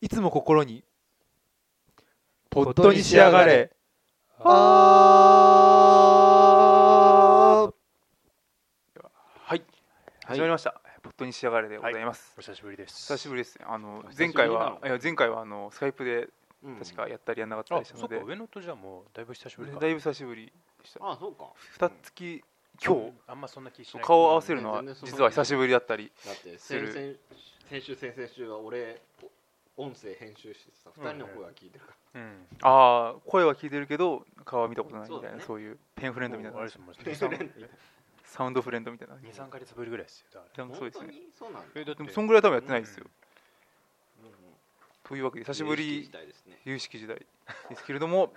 いつも心にポットに仕上がれあーははいい始まりましたポットに仕上がれでございますお久しぶりです久しぶりですあの久しぶり前回はないのや前回はあのスカイプでうん確かやったりやんなかったありしたそのっかで上野とじゃあもうだいぶ久しぶりかだいぶ久しぶりでしたあそうか二月今日あんまそんな気しない顔を合わせるのは全然そんな実は久しぶりだったりだってする先々先週先々週は俺お音声編集してさう2ん人の声が聞いて るかうんああ声は聞いてるけど顔は見たことないみたいそうだなねそういうペンフレンドみたいもうあなれですもんら、 23 サウンドフレンドみたいな23か月ぶりぐらいですよだからでもそう本です当ねにそうなんだ、えだっでてもそんぐらい多分やってないですようんというわけで久しぶ認識りたいですね有識時代ですけれども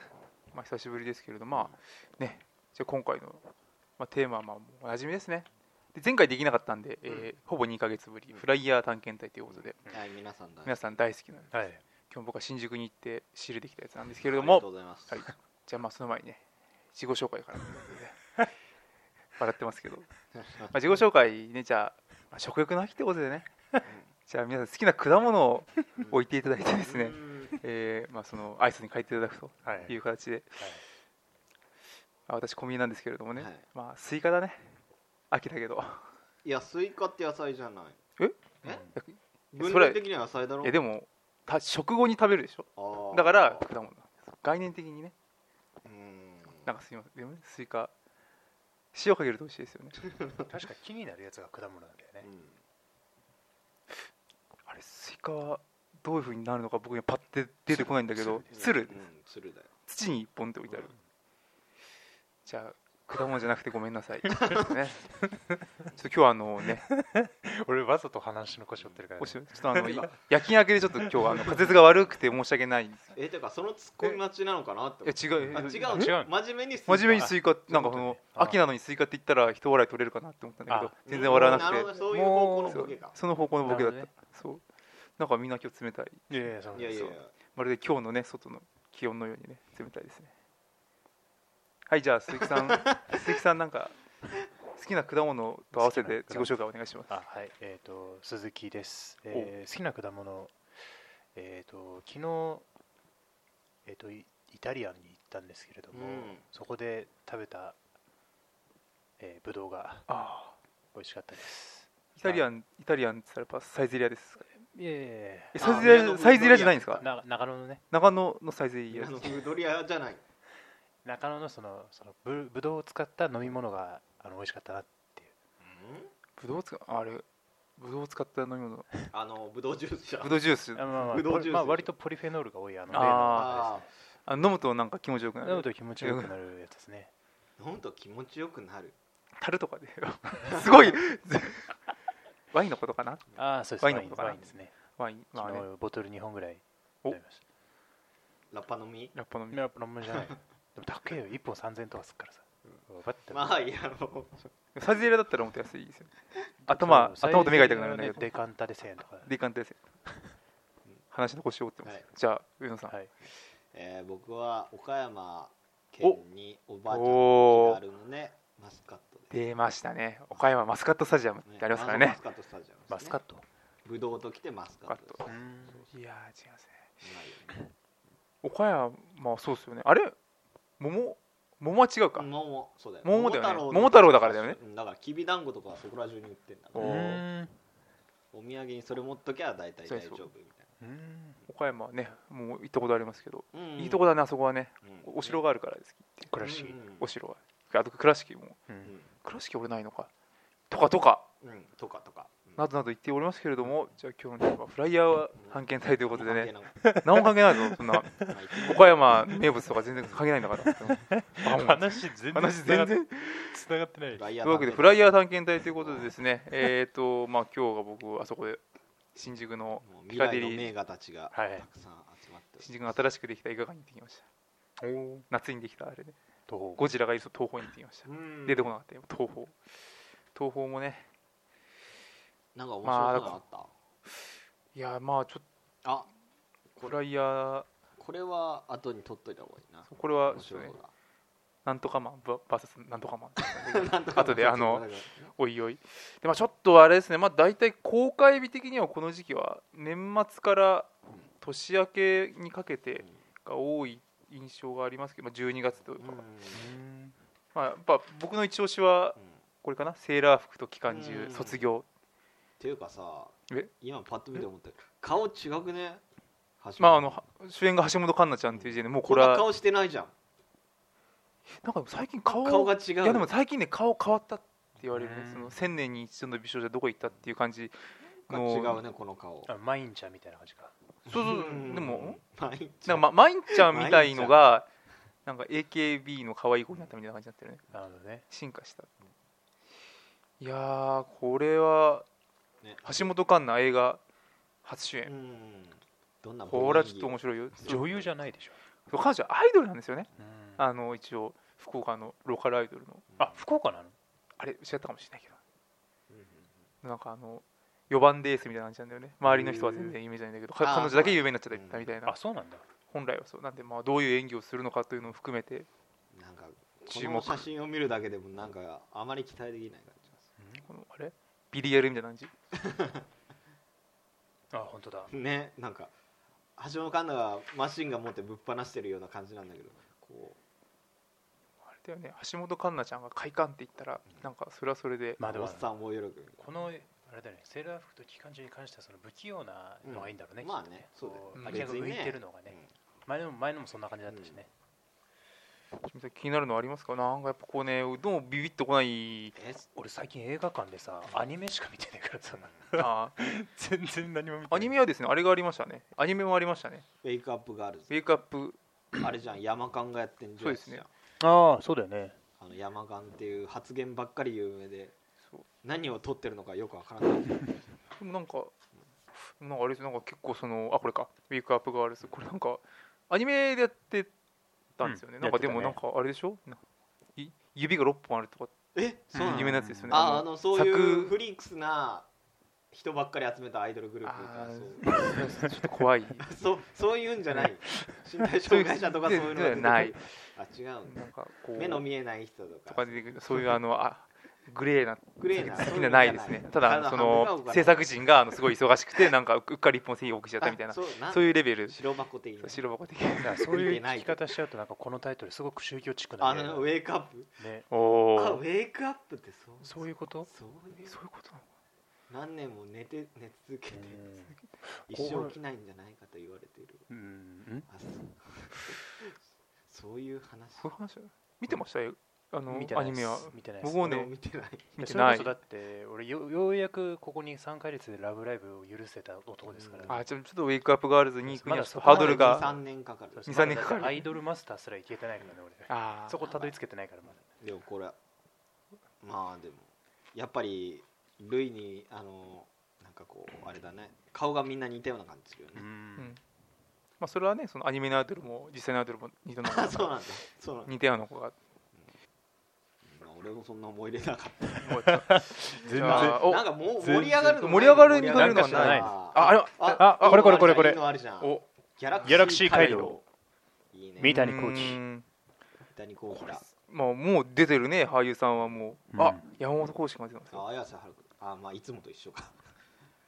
まあ久しぶりですけれどまあねじゃあ今回のまあテーマはまあおなじみですねで前回できなかったんで、えーほぼ2か月ぶりフライヤー探検隊ということではい皆さんだ皆さん大好きなはい今日僕は新宿に行って仕入れてきたやつなんですけあれどりがもとうございます、はい、じゃあまあその前にね自己紹介からということで笑ってますけど、ま あ、自己紹介ねじゃあ、まあ食欲の秋ってことでねじゃあ皆さん好きな果物を置いていただいてですね、えーまあ、そのアイスに書いていただくとはいいう形で、あ私小耳なんですけれどもうんね、はいまあスイカだね秋だけどいやスイカって野菜じゃないうんえそれ分類的には野菜だろいやでもた食後に食べるでしょあーだから果物概念的にねうんなんかすいませんでもねスイカ塩かけると美味しいですよね確か気になるやつが果物なんだようねんあれスイカはどういう風になるのか僕にはパッて出てこないんだけどつ鶴るうんつるだよ土に一本って置いてある、うんじゃあ果物じゃなくてごめんなさい、ね、ちょっと今日はあのね 俺わざと話の腰折ってるからおねしちょっとあのい夜勤明けでちょっと今日はあの滑舌が悪くて申し訳ないんですえてかそのツッコミ待ちなのかなって思っいや違うたあ違う違うの真面目に真面目にスイスイカなんかこのあ秋なのにスイカって言ったら人笑い取れるかなって思ったんだけどあ全然笑わななくるてほどそういう方向のそボケうかその方向のボケだった、なるそうなんかみんな今日冷たいいやいやそんないやいやいやまるで今日のね外の気温のようにね冷たいですねはいじゃあ鈴木さん鈴木さんなんか好きな果物と合わせて自己紹介お願いしますあはいえっ、と鈴木です、えー好きな果物えっ、と昨日えっ、とイイタリアンに行ったんですけれども、うんそこで食べた、えー、ブドウがあ美味しかったですイタリアンイタリアンって言ったらやっぱサイゼリアですかいええいサイゼあリ宮ア野サイゼリアじゃないんですかな長野のね長野のサイゼリアあのうどり屋じゃない中野のそのそのぶぶどうを使った飲み物があの美味しかったなぶどう使あれぶどうを使った飲み物あのぶどうジュースじゃんぶどうジュースあまあまあぶどうポリジュースまあ、割とポリフェノールが多いあのあー例のあああ飲むとなんか気持ちよくれなですね飲むと気持るちよくなるやつですねー飲むと気持ちよくなる樽と かですごいワインのことかなああそうですワワインのインことかなワインですねワインまあ昨ね日ボトル2本ぐらいお飲みましたラッパ飲みラッパ飲みやっぱ飲むじゃない。でも高いよ、1本3000円とかすっからさ。バッてまあいいやろサイゼリアだったらもっと安いです よね頭頭と目が痛くなるんだけどデカンタで1000円とか。デカンタですようん話の腰を折ってます、はいじゃあ上野さん、はい。えー僕は岡山県におばあちゃんおがあるのでマスカットで出ましたね岡山マスカットスタジアムってありますからねマスカットスタジアムですねマスカット。ぶどうときてマスカットですうねんいやー違いますねうまいよね岡山まあそうですよねあれ桃桃は違うか、桃そうだよ桃だよねの桃太郎だからだよねうんだからきびだんごとかはそこら中に売ってんだかおらーうんお土産にそれ持っときゃ大体大丈夫みうん岡山はねもう行ったことありますけど、たいなうんいいとこだねあそこはねうんお城があるからですクラシッうク。んお城はあと倉敷もうん倉敷俺ないのかとかとかうんうんとかとかなどなど言っておりますけれどもじゃあ今日のテーマはフライヤーは判見隊ということでね関係何も関係ないぞそんななかったまあ岡山名物とか全然関係ないんだからバモン 話全話全然つながってない。フラとイヤいーうわけでフライヤー探検隊ということでですねえっとまあ今日が僕あそこで新宿のもうピ未カデ来のリー名画たちがはいたくさん集まって新宿の新しくできた映画館に行ってきました夏にできたあれでとゴジラがいると東宝に行ってきましたる出てこなかったよ東宝東宝もねなんか面白そうなのあった、いやまあちょっあ、とフライヤーこれは後に取っといた方がいいなこれは面白い方がなんとかマン VS なんとかマンなんとか後であのなんかおいおいで、まあ、ちょっとあれですねまあ大体公開日的にはこの時期は年末から年明けにかけてが多い印象がありますけど、まあ、12月というか、うんまあ、やっぱ僕の一押しはこれかなセーラー服と機関銃うん卒業ていうかさえ今パッと見て思ったけど顔違くねまああのは主演が橋本環奈ちゃんっていう時点でもうここれれは顔してないじゃんなんか最近顔顔が違ういやでも最近ね顔変わったって言われるね、うんその千年に一度の美少女どこ行ったっていう感じの違うねこの顔あマインちゃんみたいな感じかそうそううんでも毎日なんかままいんちゃんみたいのがなんか AKB の可愛い子になったみたいな感じになってるねなるほどね進化したいやーこれはね橋本環奈映画初主演、うんどんなこれはちょっと面白白いよ女優じゃないでしょ、そう彼女はアイドルなんですよねうんあの一応福岡のローカルアイドルのあ福岡なのあれ違ったかもしれないけどなんかあの4番でエースみたいな感じなんだよね周りの人は全然有名じゃないんだけどかあー彼女だけ有名になっちゃったみたいなあそうなんだ本来はそうなんでまあどういう演技をするのかというのを含めてなんかこ注目の写真を見るだけでもなんかあまり期待できない感じがすこのあれビリヤルみたいな感じあ本当だるねなんか橋本環奈がマシンが持ってぶっ放してるような感じなんだけどこあれだよね橋本環奈ちゃんが快感って言ったらなんかそれはそれでまあでうおもっさん大喜びこのあれだよねセーラー服と機関銃に関してはその不器用なのがいいんだろうね、うんきっとまあねこそうだよ明らかに浮いてるのがね別にね前のも前のもそんな感じだったしね、気になるのありますかなんかやっぱこうねうどんもビビってこないえ俺最近映画館でさアニメしか見てないからさ な全然何も見てないアニメはですねあれがありましたねアニメもありましたねウェイクアップガールズウェイクアップあれじゃん山間がやってんじゃんそうですねああそうだよねあの山間っていう発言ばっかり有名でそう何を撮ってるのかよくわからないでもなんかなんかあれですなんか結構そのあこれかウェイクアップガールズこれなんかアニメでやってたんですよね、うんなんかでやもってたなねんかあれでしょない指が6本あるとかえそうなうんの有名なやつですよね、ああのそういう作フリークスな人ばっかり集めたアイドルグループみたいあなー ちょっと怖いそうそうそういうんじゃ ない身体障害者とかそういうのが出てくるではないあ違うんだなんか こう目の見えない人ととかか出てくるそういうあのあグレーなグレーな好きなないですねただあのその制作陣があのすごい忙しくてなんかうっかり一本線多くしちゃったみたいなそうなそういうレベル白箱的な白箱的そう見いてうな聞いき方しちゃうとなんかこのタイトルすごく宗教チックなあんだよのウェイクアップねおあウおェイクアップってそうそういうことそういうそういうことなの何年も寝て寝続けてん一生起きないんじゃないかと言われているうんうんあそうそういう話そういう話だ見てましたよあの見てアないニですメは見てないです僕もそれをね見てない見てそれなこいそだって俺よようやくここに3回列で「ラブライブ!」を許せた男ですから、うんあちょちょっとウェイクアップガールズに行くにはちょっとまハだードルが3年かかるそう2 3年かかるまだアイドルマスターすらいけてないからね俺あそこたどり着けてないからまだでもこれまあでもやっぱりルイにあのなんかこうあれだね顔がみんな似たような感じするよね、うんまあそれはねそのアニメのアイドルも実際のアイドルも似たような あ子そうがなんだそうなんだ、似たような子がまあ俺もそんな思い入れなかっもうあ全ーおたなんかもう全然盛り上がるのない盛り上がるになるのはないああれああこれこれこれこれいいのあるじゃんおギャラギャラクシー街道いいね三谷幸喜うーん三谷幸喜だまあもう出てるね俳優さんはもう、うんあ山本浩志が出てますよあ綾瀬はるかあまあいつもと一緒か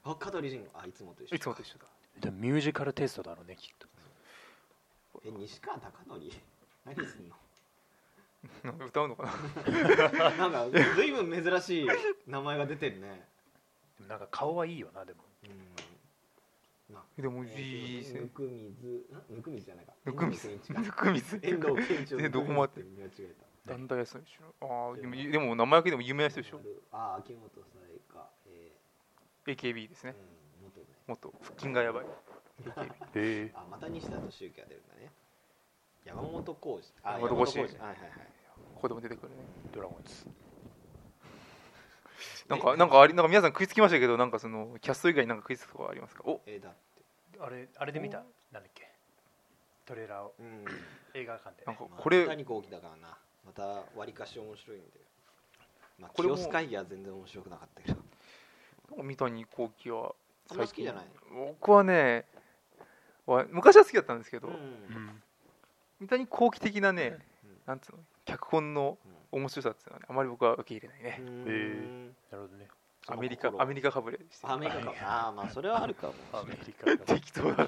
あ香取慎吾あいつもと一緒いつもと一緒だでもミュージカルテイストだろうねきっとえ西川貴教何すんのなんか歌うのかななんか随分珍しい名前が出てるね。でもなんか顔はいいよなでもうん。なでもいいですねぬくみず、んぬくみずじゃないか。ぬくみず ず。ぬくみず遠藤健一の ねどこもあってぬくみず見間違えた。だんだん安いでしょあーでもでも名前だけでも有名な人でしょあ、秋元才加。え AKB ですーうねん、元ね。もっと腹筋がやばいへえあ、また西田敏行が出るんだね。山本浩二。あ山本浩二山はいはいはい。子供出てくるねドラゴンズなんかなんかありなんか皆さん食いつきましたけどなんかそのキャスト以外になんか食いつくとかありますかおえー、だって。あれあれで見たなんだっけトレーラーをうん。映画館で、なんねか、まあこれ三谷幸喜だからな。また割かし面白いんで。まあ、これも清須会議は全然面白くなかったけど。なんか三谷幸喜はあんま好きじゃない僕はねわ昔は好きだったんですけど、んん、三谷幸喜的なね、うんなんつうの脚本の面白さっていうのはねあまり僕は受け入れないね、うん へなるほどねそアのメリカ心をアメリカかぶれしてアメリカかはいああまあそれはあるかもアメリカが適当だ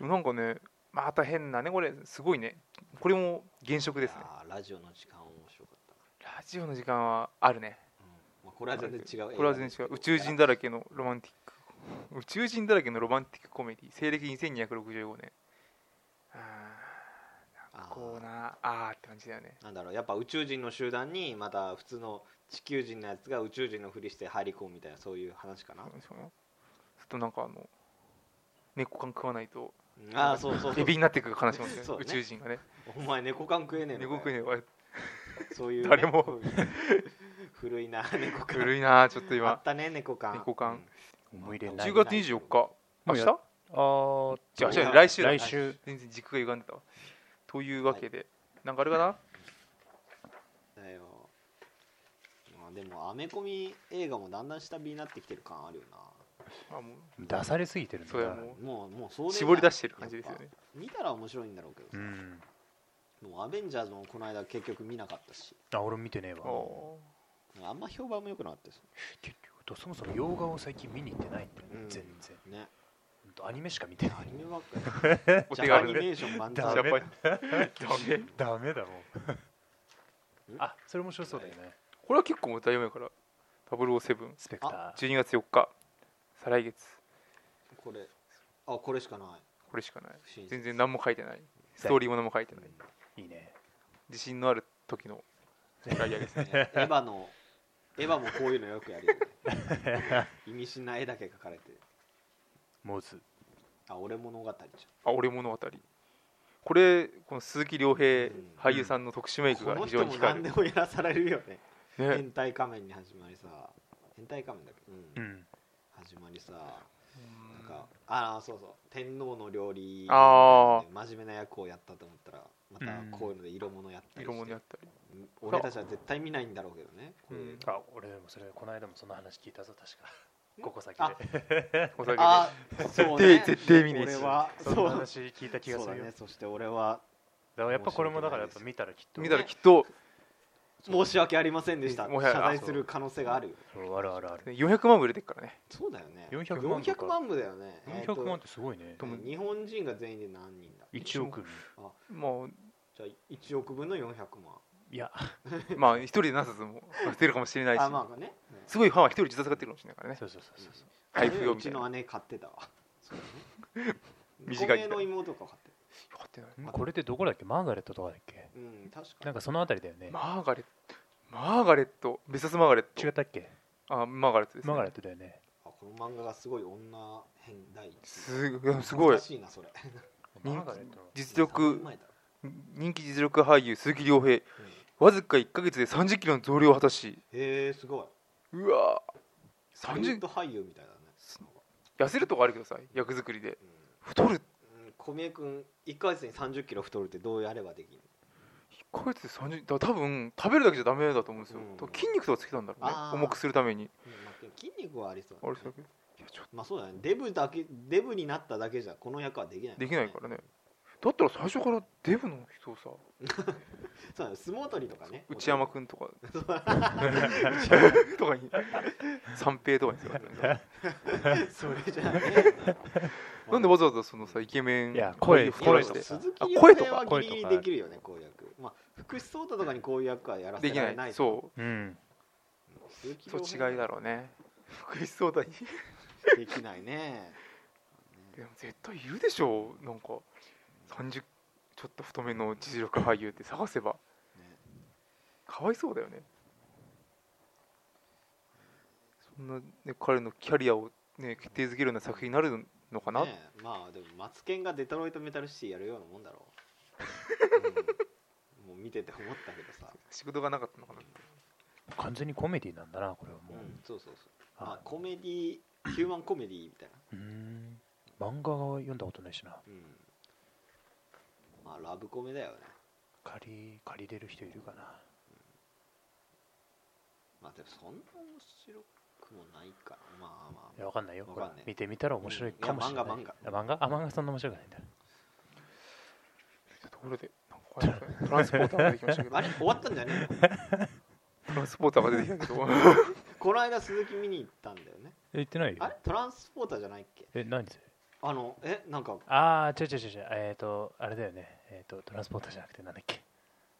なんかねまた変なねこれすごいねこれも現職ですねあーラジオの時間面白かったなラジオの時間はあるねうんまあ、これは全然違うこれは全然違う宇宙人だらけのロマンティック宇宙人だらけのロマンティックコメディ西暦2265年あーなんかこうなあーって感じだよねなんだろうやっぱ宇宙人の集団にまた普通の地球人のやつが宇宙人のふりして入り込むみたいなそういう話かな、そうでしょちょっとなんかあの猫缶食わないとああそうそうそエうビになってくる話もんねそうね宇宙人がねお前猫缶食えねえの猫食えいねあれそういう、誰もこういう 古いな猫缶古いなちょっとあ今ったね猫缶猫缶思い入れない10月24日明日もうやあ違う違う来来週だ来週全然軸が歪んでたわというわけで、なんかあれかなだよまあでもアメコミ映画もだんだん下火になってきてる感あるよあもう出されすぎてるんだそうやもなもうもうそれが絞り出してる感じですよやねっぱ見たら面白いんだろうけどうさ、んでもアベンジャーズもこの間結局見なかったしあ俺も見てねえあわあんま評判も良くなかったです結局とそもそも洋画を最近見に行ってないんだよね、うん全然ねほんとアニメしか見てなアいニメばっかー おジ手ャパ軽ニメでーション万ジダ歳メャパニ ダメダメだろうんあそれ面白そうだよねこれは結構もう大丈夫やから007スペクター12月4日再来月これあこれしかないこれしかない不審全然何も書いてないストーリーものも書いてないいいね自信のある時の来上げですねね エヴァのエヴァもこういうのよくや るよね意味深な絵だけ描かれてモズあ俺物語じあ俺物語これこの鈴木亮平うん俳優さんの特殊メゃんイクこがの非常人にも光る、何でもやらされるよねね、変態仮面に始まりさ変態仮面だっけ、ううんん始まりさなんかああそうそう天皇の料理あ真面目な役をやったと思ったらまたこういうので色物やったり色し物てやったり俺たちは絶対見ないんだろうけどねこういううんあ俺でもそれこの間もその話聞いたぞ確かんここ先あでお酒ねあそうね絶対見ねえし俺は そんな話聞いた気がそうすだるよねそして俺はだからやっぱこれもだからやっぱ見たらきっと見たらきっと申し訳ありませんでしたも謝はや罪する可能性があるよそうあるあるある400万部売れてるからねそうだよね400万とか400万部だよね400万っえてすごいねーとね日本人が全員で何人だ1億人もうじゃあ1億分の400万いやまあ一人で何冊も出るかもしれないしあまあねすごいファンは一人自殺がってるかもしれないからねそうそうそうそうそう配布用うみたちいなの姉買ってた わそうだね短い嫁の妹が買って買ってなんいこれってどこだっけマーガレットとかだっけたうん確かなんかそのあたりだよねマーガレットマーガレットベサスマーガレッ違っトたっけあマーガレットです、ね、マーガレットだよねあこの漫画がすごい女編第一すごすごい難しいなそれ人マーガレットの実力前だろ人気実力俳優鈴木亮平うんわずか1か月で3 0キロの増量を果たしへえすごいうわーハリウッ30ド俳優みたいだね痩せるとかあるけどさ役作りでうん太るうん小宮君1ヶ月に3 0キロ太るってどうやればできる1か月で30だから多分食べるだけじゃダメだと思うんですようん多分筋肉とかつけたんだろうねあー重くするためにうんまあ、筋肉はありそうあだねれそれだけいやちょっまあそうだねデブだけデブになっただけじゃこの役はできないもんとでね、きないからねだったら最初からデブの人をさそうだね相撲取りとかね内山君とかそ うとかに三平とかにするわけねそれじゃねなんでわざわざそのさイケメンいや声をい吹やかれで声もてとか鈴あ木亮声と平かはギリギリできるよね声とこういう役まあ福士蒼汰とかにこういう役はやらせできらなれいないそ ううん鈴木そ亮う平違いだろうね福井壮太にできないねでも絶対いるでしょうなんか30ちょっと太めの実力俳優って探せばねかわいそうだよねそんな、ね、彼のキャリアを、ね、決定づけるような作品になるのかな、ねえまあでもマツケンがデトロイトメタルシティやるようなもんだろう、うんもう見てて思ったけどさ、仕事がなかったのかな完全にコメディなんだなこれはう、もうんそうそうそうああコメディヒューマンコメディみたいな、うーん漫画は読んだことないしなうん、まあラブコメだよね借り借りれる人いるかなまあでもそんな面白くもないからまあまいやわかんないよわかんない見てみたら面白いかもしれない,、うんいや漫漫画漫画あ漫画そんな面白くないんだところでなんかトランスポーターが出てきましたけあどあれ終わったんじゃねえのトランスポーターが出てきたけどこの間鈴木見に行ったんだよねえ言ってないあよれトランスポーターじゃないっけえ何それあのえなんかああ違う違う違うえっ、とあれだよねえっ、とトランスポーターじゃなくてなんだっけ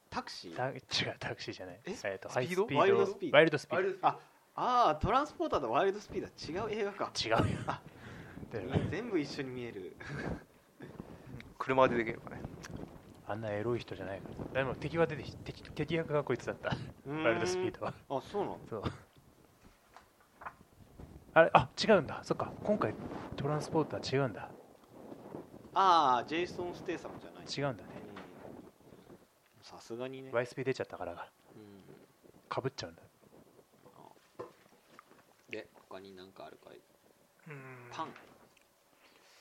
タクシータ違うタクシーじゃないええっ、とスピードハイワイルドスピあーれドあああートランスポーターとワイルドスピードは違う映画か違うよあだよ全部一緒に見える車が出てければねあんなエロい人じゃないからでも敵は出てき敵敵役がこいつだったワワイルドスピードはドあそうなのそうあれあ違うんだそっか今回トランスポーター違うんだああジェイソン・ステイサムじゃない違うんだねうんさすがにね、ワイスピ出ちゃったからがうんかぶっちゃうんだで他に何かあるかいうんパン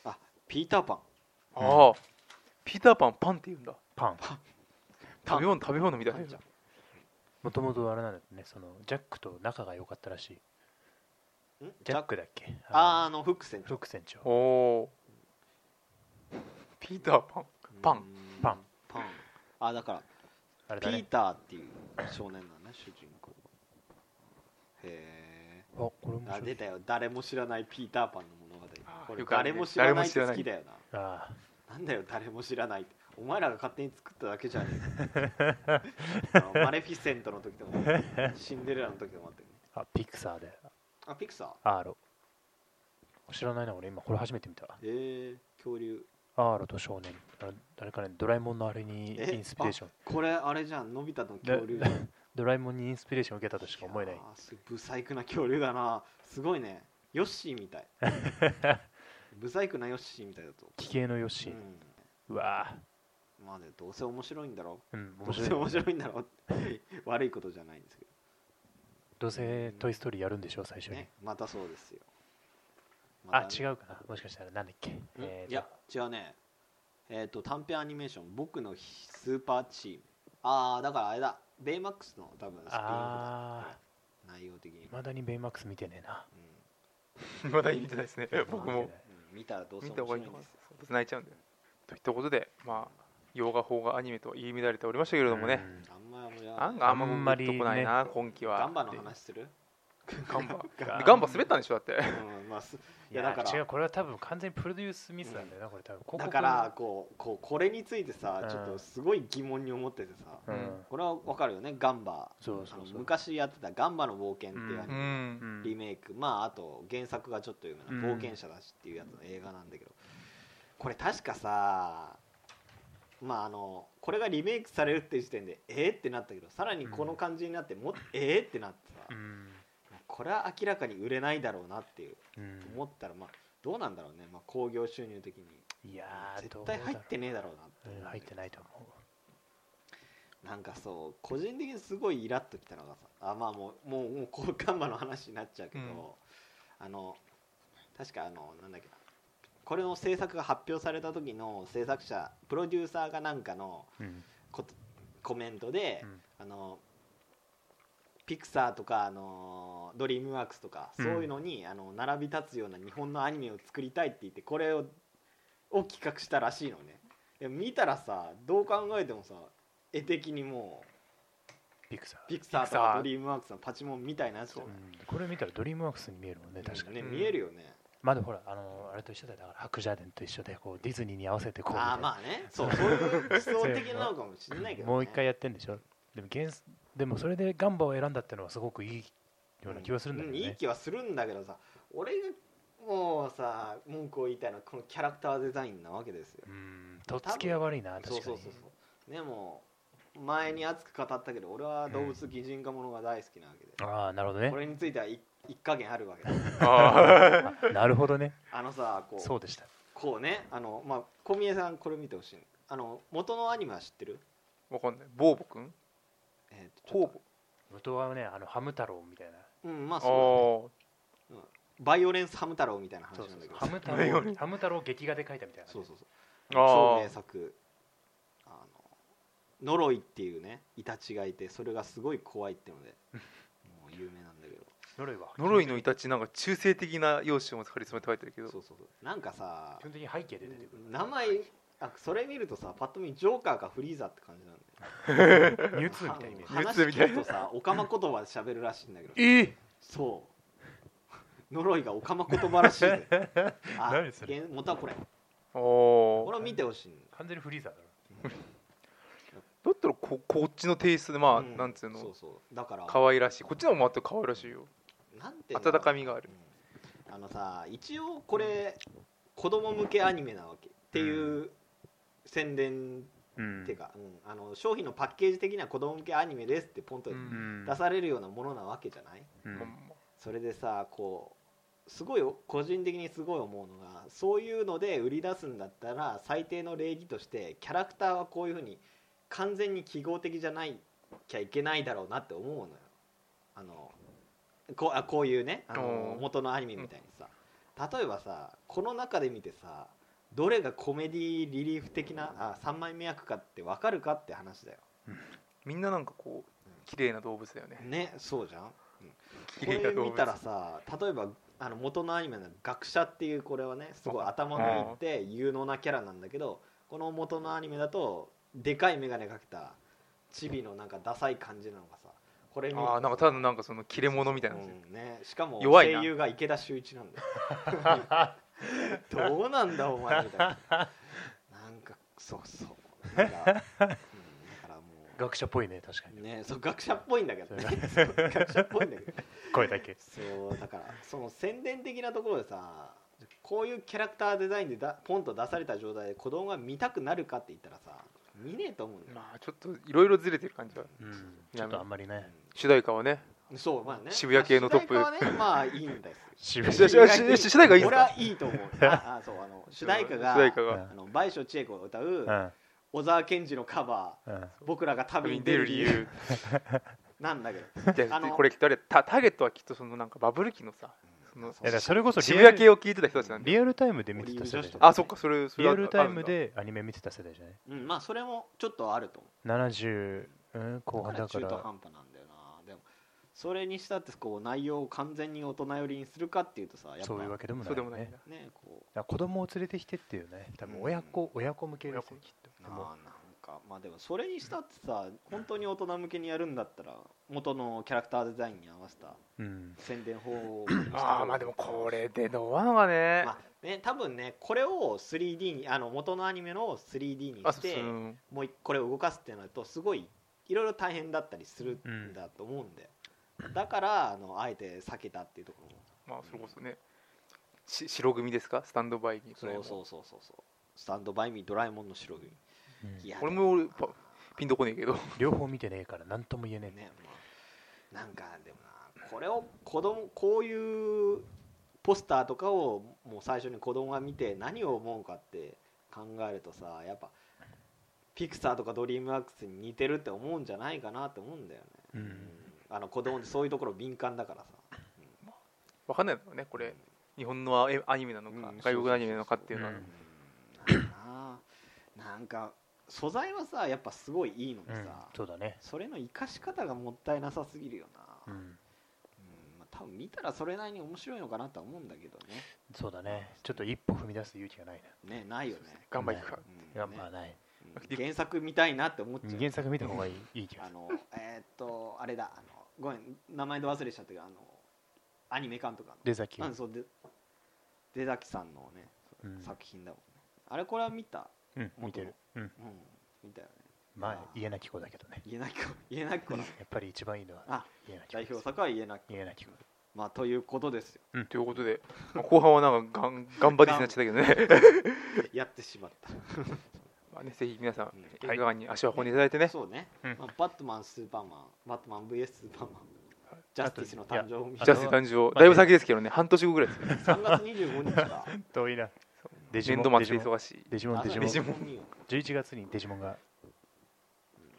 あピーターパンああピーターパンパンって言うんだパンパン食べ物食べ物みたいパなンじゃんもともとあれなんだよねそのジャックと仲が良かったらしいんジャックだっけあーああのフック船のフック船長おおーピーターパン パンうんパンパンあだからあれピだーねターっていう少年なんだね主人公へあこれもえあ出たよ誰も知らないピーターパンの物語あーこれよくあ誰るねも知らないって誰好も知きらだよあななんだよ誰も知らないってお前らが勝手に作っただけじゃね えかあのマレフィセントの時とかもシンデレラの時とかもあったよねーあピクサーであピクサーアーロ知らないな俺今これ初めて見たえー、恐竜アーロと少年あの誰かねドラえもんのあれにえインスピレーションこれあれじゃんのび太のだ恐竜じゃんドラえもんにインスピレーションを受けたとしか思えないやーすブサイクな恐竜だなすごいねヨッシーみ たいブサイクなヨッシーみたいだと、奇形のヨッシー、ううん、わまあねどうせ面白いんだろーうんう面どう白いせ面白いんだろうって悪いことじゃないんですけどうせトイ・ストーリーやるんでしょ最初どに、ねまたそうですよ、あう違うかなもしかしたらなんだっけ、えーといや違うねえっ、と短編アニメーション「僕のスーパーチーム」ああだからあれだベイマックスの多分スピンオフだあ内容的に、いまだにベイマックス見てねえなうまだ見てないですね僕見てないもんうん見たらどうせ見面た方が白いいいんのかでなすよそう泣いちゃうんだよといったことでまあ洋画邦画アニメと言い乱れておりましたけれどもね、うんあんまり俺は案があんまあんまグりッとこないな、今期はガンバの話するガンバガンガンバ滑ったんでしょだってうんまあすいいややだから違うこれは多分完全にプロデュースミスなんだよな、これ多分広告だからこうこうこれについてさうんちょっとすごい疑問に思っててさ、うん、うんこれはわかるよねガンバそうそうあそのう昔やってた「ガンバの冒険」っていうアニうメ、んうんリメイクまああと原作がちょっと有名な「うん冒険者だし」っていうやつの映画なんだけどこれ確かさまああのこれがリメイクされるっていう時点でえー、ってなったけどさらにこの感じになってもっとえー、ってなってさ、うんこれは明らかに売れないだろうなっていううん思ったらまあどうなんだろうね、まあ、興行収入的にいやー絶対入ってねねえだろうなって思うんだけど入ってないと思なんかそう個人的にすごいイラッときたのがさあまあもうもうもうこうガンバの話になっちゃうけど、あの確かあのなんだっけなこれの制作が発表された時の制作者プロデューサーがなんかのう、うんことコメントで、うんあのピクサーとかあのドリームワークスとか、うんそういうのにあの並び立つような日本のアニメを作りたいって言ってこれをを企画したらしいのねでも見たらさどう考えてもさ絵的にもピクサーうピクサーとピクサかードリームワークスのパチモンみたいなやつじゃうないんこれ見たらドリームワークスに見えるもんね確かに、ねうん見えるよね、まあでもほらあのあれと一緒だよだから白蛇伝と一緒でこうディズニーに合わせてこうみたいあなあまあねそうそういう思想的なのかもしれないけど、ね、もう一回やってんでしょでも原すでもそれでガンバを選んだってのはすごくいいような気はするんだけどういいね、気はするんだけどさ俺がもうさ文句を言いたいのはこのキャラクターデザインなわけですようん、とっつきは悪いな確かそにうそうそうそうでも前に熱く語ったけど俺は動物擬人化ものが大好きなわけで、ああなるほどねこれについては一一加減あるわけだ ああなるほどねあのさこうそうでしたこうねあのまあ小宮さんこれ見てほしいあの元のアニメは知ってるーわかんないボーボくんえーとちょボっーボ元はねあのハム太郎みたいなとうんまああそうーだバイオレンスハム太郎みたいな話そうなそんうだそうけどハム太だよ郎ハム太郎劇画で描いたみたいなそうそうそう超あ名作あの呪いっていうねイタチがいてそれがすごい怖いって のでもう有名なんだけど呪いはー呪いのイタチなんか中性的な容姿を張り詰めて書いてるけどそうそうそうなんかさ基本的に背景で出てくる名前あそれ見るとさパッと見ジョーカーかフリーザって感じなんだよミュウツーみたいなイメージはミ話ュウツーみたい聞くとさオカマ言葉で喋るらしいんだけどえそう呪いがオカマ言葉らしいぜあ 何それ原元はこれおこおれを見てほしいの完全にフリーザーだろだったらここっちのテイストでまあ、うんなんつうのそうそうだから可愛らしいこっちの方もあって可愛らしいよなんていうの温かみがあるうんあのさ一応これ子供向けアニメなわけっていう宣伝うんっていうか、うんあの商品のパッケージ的には子供向けアニメですってポンとうん出されるようなものなわけじゃない、うほんんまそれでさこうすごい個人的にすごい思うのがそういうので売り出すんだったら最低の礼儀としてキャラクターはこういうふうに完全に記号的じゃないきゃいけないだろうなって思うのよあのこうあこういうねあのおー元のアニメみたいにさ例えばさこの中で見てさどれがコメディリリーフ的なあ3枚目役かって分かるかって話だよみんななんかこう綺麗な動物だよねねそうじゃん、うん綺こ麗なれ動見物たらさ例えばあの元のアニメの「学者」っていうこれはねすごい頭のいいって有能なキャラなんだけどこの元のアニメだとでかい眼鏡かけたチビのなんかダサい感じなのがさこれ見るとああなんかただのなんかその切れ者みたいな感じうんね、しかも弱いな声優が池田秀一なんだ よどうなんだお前みたいななんかそうそうなんか,、うん、だ からも学者っぽいね確かうにねそう学者っぽいんだけどねそう学者っぽいんだけど声だけそうだからその宣伝的なところでさこういうキャラクターデザインでだポンと出された状態で子供が見たくなるかって言ったらさ見ねえと思うんだよ、まあちょっといろいろずれてる感じはうんちょっとあんまりね主題歌はねうんそうまあね渋谷系のトップ主題歌はねまあいいんです渋 主谷主主主主題歌いいっす俺かはいいと思うああそうあ の主題歌が主題歌があの倍賞千恵子が歌ううん小沢健二のカバうんー「僕らが旅旅にに出出るる理理由由」なんだけどじゃああのこれきっとあれタターゲットはきっとそのなんかバブル期のさそのいやだからそれこそ渋谷リ系を聞いてた人たちアなルんでリアルタイムで見てた世代じゃんあそっかそれそれリはアルタイムあるんだでアニメ見てた世代じゃないうんまあそれもちょっとあると思う70、うん、後半だだかから中途ら半端なんだよなでもそれにしたってこう内容を完全に大人寄りにするかっていうとさやっぱそういうわけでもない,、ね、そうでもないんだねこうだから子供を連れてきてっていうね多分親子、親子向けですよきっとなでもあなんかまあでもそれにしたってさ本当に大人向けにやるんだったら元のキャラクターデザインに合わせたうん宣伝法をああまあでもこれでどうなのかねまあね多分ねこれを 3D にあの元のアニメの 3D にあしそうてそううんもう一これを動かすってなるとすごいいろいろ大変だったりするんだと思うんで、だからあのあえて避けたっていうところもまあそれこそねし白組ですかスタンドバイにそうそうそうそうそうスタンドバイミードラえもんの白組うんいや俺も俺パでピンとこねえけど両方見てねえから何とも言えねもえ、ね、まあ、なんかでもなこれを子供こういうポスターとかをもう最初に子供が見て何を思うかって考えるとさやっぱピクサーとかドリームワークスに似てるって思うんじゃないかなって思うんだよね、うんあの子供ってそういうところ敏感だからさわかんないだろうねこれ日本のアアニメなのかうん外国のアニメなのかっていうのはうんうんなんかななんか素材はさやっぱすごいいいのにうさ、ん、そうだねそれの生かし方がもったいなさすぎるよな、ううんんまあ、多分見たらそれなりに面白いのかなとは思うんだけどそうだねちょっと一歩踏み出す勇気がないねねねないよね,頑張りくかうん、やっぱねないうん原作見たいなって思っちゃう原作見た方がいいいい気があするのえーっとあれだあのごめん名前で忘れちゃったけどあのアニメ監督あの出崎、うんそうで出崎さんのね、うん作品だもんねあれこれは見たうん、見てる、うん、うん見たよねまああー家なき子だけどね言えなき子言えなき子だやっぱり一番いいのはあ家なき子代です表作は言えなき家なき子まあということですよということでまあ後半はなんかがん頑張りになっちゃったけどね やってしまったまあねぜひ皆さんは映画い館に足を運んでいただいてねそうね、うんまあ、バットマン、スーパーマン、バットマン VS スーパーマン、ジャスティスの誕生日あといやジジャャススティスティス誕あの生だいぶ先ですけどね半年後ぐらいですね3月25日か、遠いなデジモ年ン度末で忙しいデジモンあデジそうモデンデジモンデジモンンよ11月にデジモンが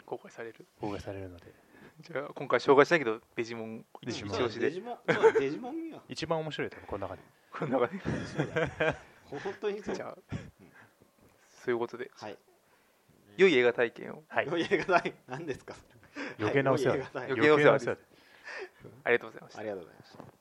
公開される公開されるのでじゃあ今回紹介しないけどベジモンデ一ジモン押しデでジモンそうデジモン見よ一番面白いと思うこの中でこの中本当にそでうじゃあそういうことではい良い映画体験をはい余裕がない何ですかそれ余計なお世話はいだ余計なお世話です余計なお世話だありがとうございましたありがとうございました